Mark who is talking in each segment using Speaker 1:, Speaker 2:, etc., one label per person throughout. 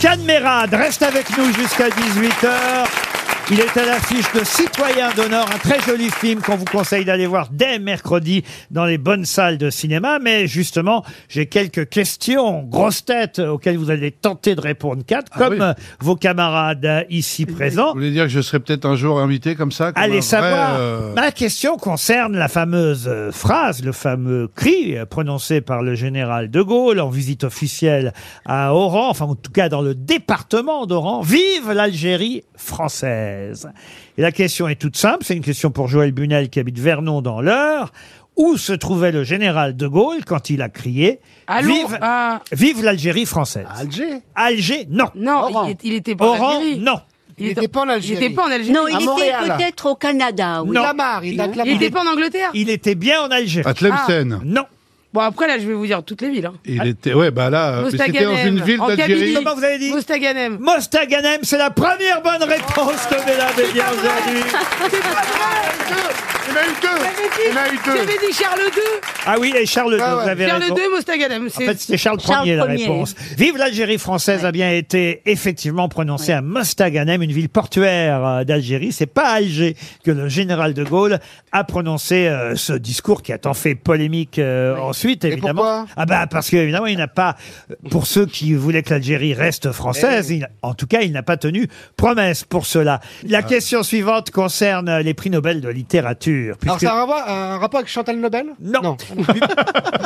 Speaker 1: Canmerad reste avec nous jusqu'à 18h. Il est à l'affiche de Citoyens d'honneur, un très joli film qu'on vous conseille d'aller voir dès mercredi dans les bonnes salles de cinéma. Mais justement, j'ai quelques questions, grosses têtes, auxquelles vous allez tenter de répondre quatre, comme
Speaker 2: oui.
Speaker 1: euh, vos camarades euh, ici présents.
Speaker 2: Vous voulez dire que je serais peut-être un jour invité comme ça comme un
Speaker 1: Allez
Speaker 2: vrai,
Speaker 1: savoir.
Speaker 2: euh,
Speaker 1: Ma question concerne la fameuse euh, phrase, le fameux cri euh, prononcé par le général de Gaulle en visite officielle à Oran, enfin en tout cas dans le département d'Oran. Vive l'Algérie française. Et la question est toute simple, c'est une question pour Joël Bunel qui habite Vernon dans l'Eure. Où se trouvait le général de Gaulle quand il a crié
Speaker 3: Allô
Speaker 1: Vive,
Speaker 3: à-
Speaker 1: vive l'Algérie française
Speaker 4: Alger
Speaker 1: Alger, non.
Speaker 3: Non,
Speaker 4: Oran.
Speaker 3: il, est- il était pas en
Speaker 1: Oran,
Speaker 3: Algérie.
Speaker 1: non.
Speaker 4: Il était pas en
Speaker 3: Il
Speaker 4: Algérie. Ah
Speaker 3: était pas en Algérie.
Speaker 5: Non, il
Speaker 4: À
Speaker 5: était
Speaker 4: Montréal.
Speaker 5: peut-être au Canada. Oui.
Speaker 1: Non.
Speaker 4: Clamart, il a
Speaker 3: Il
Speaker 4: Clamart.
Speaker 3: était pas en Angleterre
Speaker 1: Il était bien en Algérie.
Speaker 2: À Tlemcen.
Speaker 1: Non.
Speaker 3: Bon, après, là, je vais vous dire toutes les villes. hein.
Speaker 2: Il était, ouais, bah là, euh, mais c'était dans
Speaker 3: Mostaganem,
Speaker 2: une ville
Speaker 3: en
Speaker 2: d'Algérie.
Speaker 3: Kabylie,
Speaker 1: Comment vous avez dit
Speaker 3: Mostaganem.
Speaker 1: Mostaganem, c'est la première bonne réponse de Mesdames et Bien aujourd'hui.
Speaker 2: Il y en a eu deux.
Speaker 3: J'avais dit-
Speaker 2: Il y en a eu deux.
Speaker 3: J'avais dit Charles II.
Speaker 1: Ah oui, et Charles II,
Speaker 2: Ah ouais.
Speaker 1: vous avez
Speaker 3: Charles
Speaker 1: raison.
Speaker 3: II, Mostaganem.
Speaker 1: En fait,
Speaker 3: C'est
Speaker 1: c'était Charles,
Speaker 5: Charles
Speaker 1: Ier la
Speaker 5: Ier.
Speaker 1: réponse. Vive l'Algérie française a bien été effectivement prononcée à Mostaganem, une ville portuaire euh, d'Algérie. C'est pas à Alger que le général de Gaulle a prononcé euh, ce discours qui a tant fait polémique euh, ensuite, évidemment.
Speaker 4: pourquoi
Speaker 1: ah bah parce que évidemment, il n'a pas euh, pour ceux qui voulaient que l'Algérie reste française,
Speaker 4: Eh
Speaker 1: il- en tout cas, il n'a pas tenu promesse pour cela. La
Speaker 4: Ah.
Speaker 1: question suivante concerne les prix Nobel de littérature.
Speaker 4: Alors
Speaker 1: puisque-
Speaker 4: ça a un rapport- un rapport avec Chantal Nobel
Speaker 1: Non.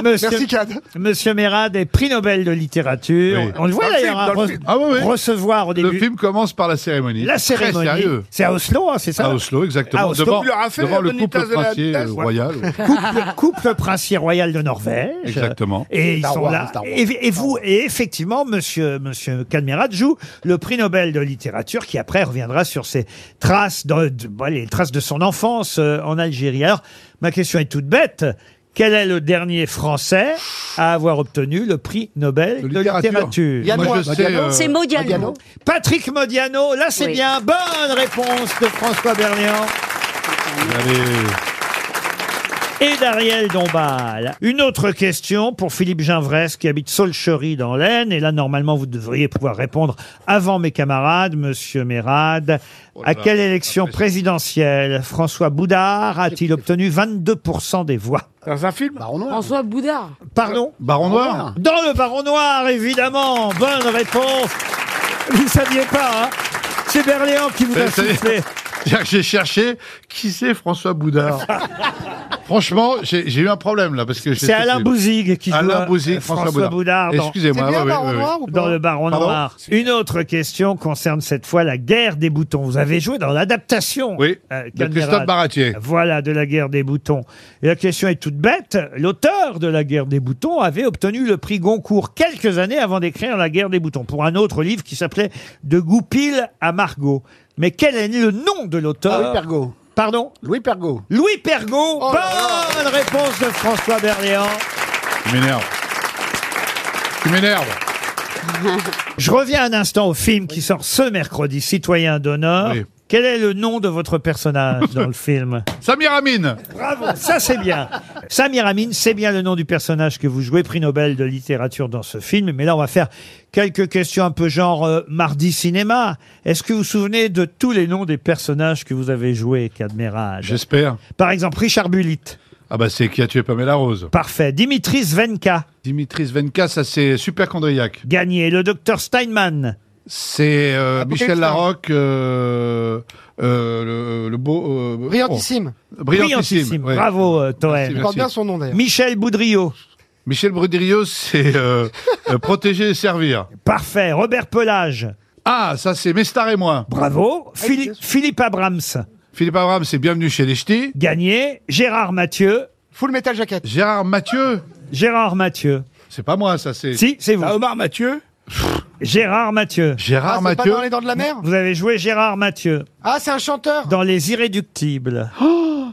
Speaker 1: Monsieur,
Speaker 4: Merci Cad.
Speaker 1: Monsieur Mérad est prix Nobel de littérature.
Speaker 2: Oui.
Speaker 1: On le voit
Speaker 6: Dans le film,
Speaker 1: d'ailleurs hein,
Speaker 6: dans le
Speaker 1: re-
Speaker 6: film.
Speaker 2: Ah oui, oui.
Speaker 1: recevoir au
Speaker 2: Le
Speaker 1: début
Speaker 2: film commence par la cérémonie.
Speaker 1: la
Speaker 2: Très
Speaker 1: cérémonie.
Speaker 2: sérieux.
Speaker 1: C'est à Oslo, hein, c'est ça
Speaker 2: À Oslo, exactement.
Speaker 1: À Oslo,
Speaker 2: devant
Speaker 6: il leur a fait
Speaker 2: devant
Speaker 6: la
Speaker 2: le
Speaker 6: bonne
Speaker 2: couple
Speaker 6: tasse de la
Speaker 2: princier euh,
Speaker 6: tasse.
Speaker 2: royal.
Speaker 1: Couple, couple princier royal de Norvège.
Speaker 2: Exactement.
Speaker 1: Et ils
Speaker 4: Star
Speaker 1: sont
Speaker 4: Wars,
Speaker 1: là.
Speaker 4: Star Wars.
Speaker 1: Et, et vous, et effectivement, monsieur, monsieur Cadmerat joue le prix Nobel de littérature qui après reviendra sur ses traces, dans- de- bon, les traces de son enfance euh, en Algérie. Alors, ma question est toute bête. Quel est le dernier Français à avoir obtenu le prix Nobel
Speaker 2: De
Speaker 1: de
Speaker 2: littérature.
Speaker 1: littérature
Speaker 4: Yann
Speaker 2: Moi, je
Speaker 4: Moix.
Speaker 2: sais, euh,
Speaker 5: C'est Modiano.
Speaker 4: Modiano.
Speaker 1: Patrick Modiano, là c'est
Speaker 5: Oui.
Speaker 1: bien, bonne réponse de François Berléand
Speaker 2: il y avait- euh,
Speaker 1: et d'Ariel Dombal. Une autre question pour Philippe Ginvresse qui habite Solcherie dans l'Aisne, et là normalement vous devriez pouvoir répondre avant mes camarades, monsieur Mérad.
Speaker 2: Oh là
Speaker 1: À
Speaker 2: là,
Speaker 1: quelle élection
Speaker 2: la pression.
Speaker 1: présidentielle François Boudard a-t-il obtenu 22% des voix
Speaker 6: Dans un film
Speaker 4: Baron Noir.
Speaker 3: François Boudard.
Speaker 1: Pardon
Speaker 2: Baron Noir
Speaker 1: Dans le Baron Noir, évidemment. Bonne réponse. Vous ne saviez pas, hein C'est Berléand qui vous a
Speaker 2: C'est- c'est-
Speaker 1: soufflé.
Speaker 2: C'est-à-dire que j'ai cherché qui c'est François Boudard. Franchement, j'ai j'ai eu un problème là parce que j'ai-
Speaker 1: C'est Alain Bouzig qui joue
Speaker 2: Alain
Speaker 1: euh,
Speaker 2: Bouzig,
Speaker 1: François,
Speaker 2: François Boudard.
Speaker 1: Boudard, dans-
Speaker 4: C'est
Speaker 2: Excusez-moi.
Speaker 4: bien
Speaker 2: ouais,
Speaker 4: Baron
Speaker 2: ouais, ouais,
Speaker 4: Noir ou pas
Speaker 1: dans Le Baron
Speaker 2: Pardon
Speaker 1: Noir. Une autre question concerne cette fois la guerre des boutons. Vous avez joué dans l'adaptation.
Speaker 2: Oui,
Speaker 1: euh,
Speaker 2: de
Speaker 1: Canberra.
Speaker 2: Christophe Baratier.
Speaker 4: Ah,
Speaker 1: Voilà, de la guerre des boutons. Et la question est toute bête. L'auteur de la guerre des boutons avait obtenu le prix Goncourt quelques années avant d'écrire la guerre des boutons pour un autre livre qui s'appelait De Goupil à Margot. Mais quel est le nom de
Speaker 4: Louis
Speaker 1: l'auteur
Speaker 4: Ah Pergaud.
Speaker 1: Pardon
Speaker 4: Louis Pergaud.
Speaker 1: Louis Pergaud.
Speaker 4: Oh là
Speaker 1: Bonne réponse de François Berléand.
Speaker 2: Tu m'énerves. Tu m'énerves.
Speaker 1: Je reviens un instant au film qui sort ce mercredi, Citoyen d'honneur.
Speaker 2: Oui.
Speaker 1: Quel est le nom de votre personnage dans le film
Speaker 2: Samir Amin.
Speaker 1: Bravo, ça c'est bien. Samir Amin, c'est bien le nom du personnage que vous jouez, prix Nobel de littérature dans ce film. Mais là, on va faire quelques questions un peu genre euh, mardi cinéma. Est-ce que vous vous souvenez de tous les noms des personnages que vous avez joués, Cadmerade
Speaker 2: J'espère.
Speaker 1: Par exemple, Richard Bulit,
Speaker 2: Ah bah c'est qui a tué Pamela Rose.
Speaker 1: parfait. Dimitris Venka,
Speaker 2: Dimitris Venka, ça c'est Super Condriac.
Speaker 1: gagné. Le docteur Steinman,
Speaker 2: C'est euh,
Speaker 4: Apocalypse
Speaker 2: Michel
Speaker 4: Now.
Speaker 2: Larocque, euh, euh, le, le beau... euh,
Speaker 4: Brillantissime.
Speaker 2: oh, brillantissime. ouais.
Speaker 1: Bravo, euh, Toer.
Speaker 4: Il
Speaker 2: Merci.
Speaker 4: porte bien son nom d'ailleurs.
Speaker 1: Michel Boudriot,
Speaker 2: Michel Bruderiot, c'est euh, euh, protéger et servir.
Speaker 1: parfait. Robert Pelage,
Speaker 2: Ah, ça c'est Mestar et moi.
Speaker 6: Ah,
Speaker 1: Bravo. Phili-
Speaker 4: bien sûr.
Speaker 1: Philippe Abrams,
Speaker 2: Philippe Abraham, c'est Bienvenue chez les Ch'tis.
Speaker 1: gagné. Gérard Mathieu.
Speaker 4: Full Metal Jacket.
Speaker 2: Gérard Mathieu,
Speaker 1: Gérard Mathieu.
Speaker 2: c'est pas moi ça, c'est
Speaker 1: Si, c'est vous.
Speaker 6: À Ah, Omar Mathieu
Speaker 1: Gérard Mathieu.
Speaker 2: Gérard
Speaker 4: Ah, c'est pas
Speaker 2: Mathieu.
Speaker 4: dans les dents de la mer
Speaker 1: Vous avez joué Gérard Mathieu
Speaker 4: Ah, c'est un chanteur.
Speaker 1: dans Les Irréductibles.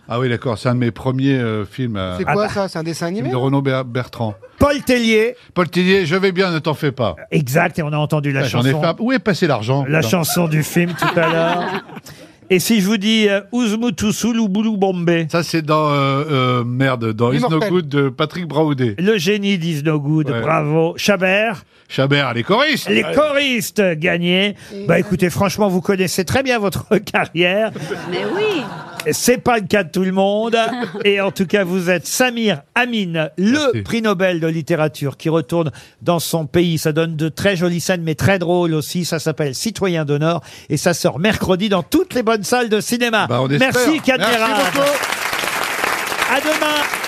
Speaker 2: Ah oui, d'accord, c'est un de mes premiers euh, films, euh,
Speaker 4: C'est
Speaker 2: un
Speaker 4: quoi ça C'est un dessin
Speaker 2: film
Speaker 4: animé
Speaker 2: de Renaud Ber- Bertrand.
Speaker 1: Paul Tellier.
Speaker 2: Paul Tillier, je vais bien, ne t'en fais pas.
Speaker 1: Exact, et on a entendu la
Speaker 2: Ah, J'en ai
Speaker 1: chanson.
Speaker 2: fait un- Où est passé l'argent
Speaker 1: La
Speaker 2: putain
Speaker 1: chanson du film tout à l'heure. Et si je vous dis euh, Ouzmoutou Soulou Boulou Bombay
Speaker 2: Ça, c'est dans, euh, euh, merde, dans Is No
Speaker 4: Immortel.
Speaker 2: Good de Patrick Braoudé.
Speaker 1: Le génie d'Is No Good,
Speaker 2: Ouais.
Speaker 1: bravo. Chabert,
Speaker 2: Chabert, les choristes.
Speaker 1: les choristes gagnés. Bah écoutez, franchement, vous connaissez très bien votre carrière.
Speaker 5: Mais oui
Speaker 1: C'est pas le cas de tout le monde. Et en tout cas, vous êtes Samir Amin, le
Speaker 2: Merci.
Speaker 1: prix Nobel de littérature qui retourne dans son pays. Ça donne de très jolies scènes, mais très drôles aussi. Ça s'appelle Citoyen d'honneur et ça sort mercredi dans toutes les bonnes salles de cinéma.
Speaker 2: Bah, on espère.
Speaker 1: Merci, Cadmerade.
Speaker 2: Merci beaucoup.
Speaker 1: À demain.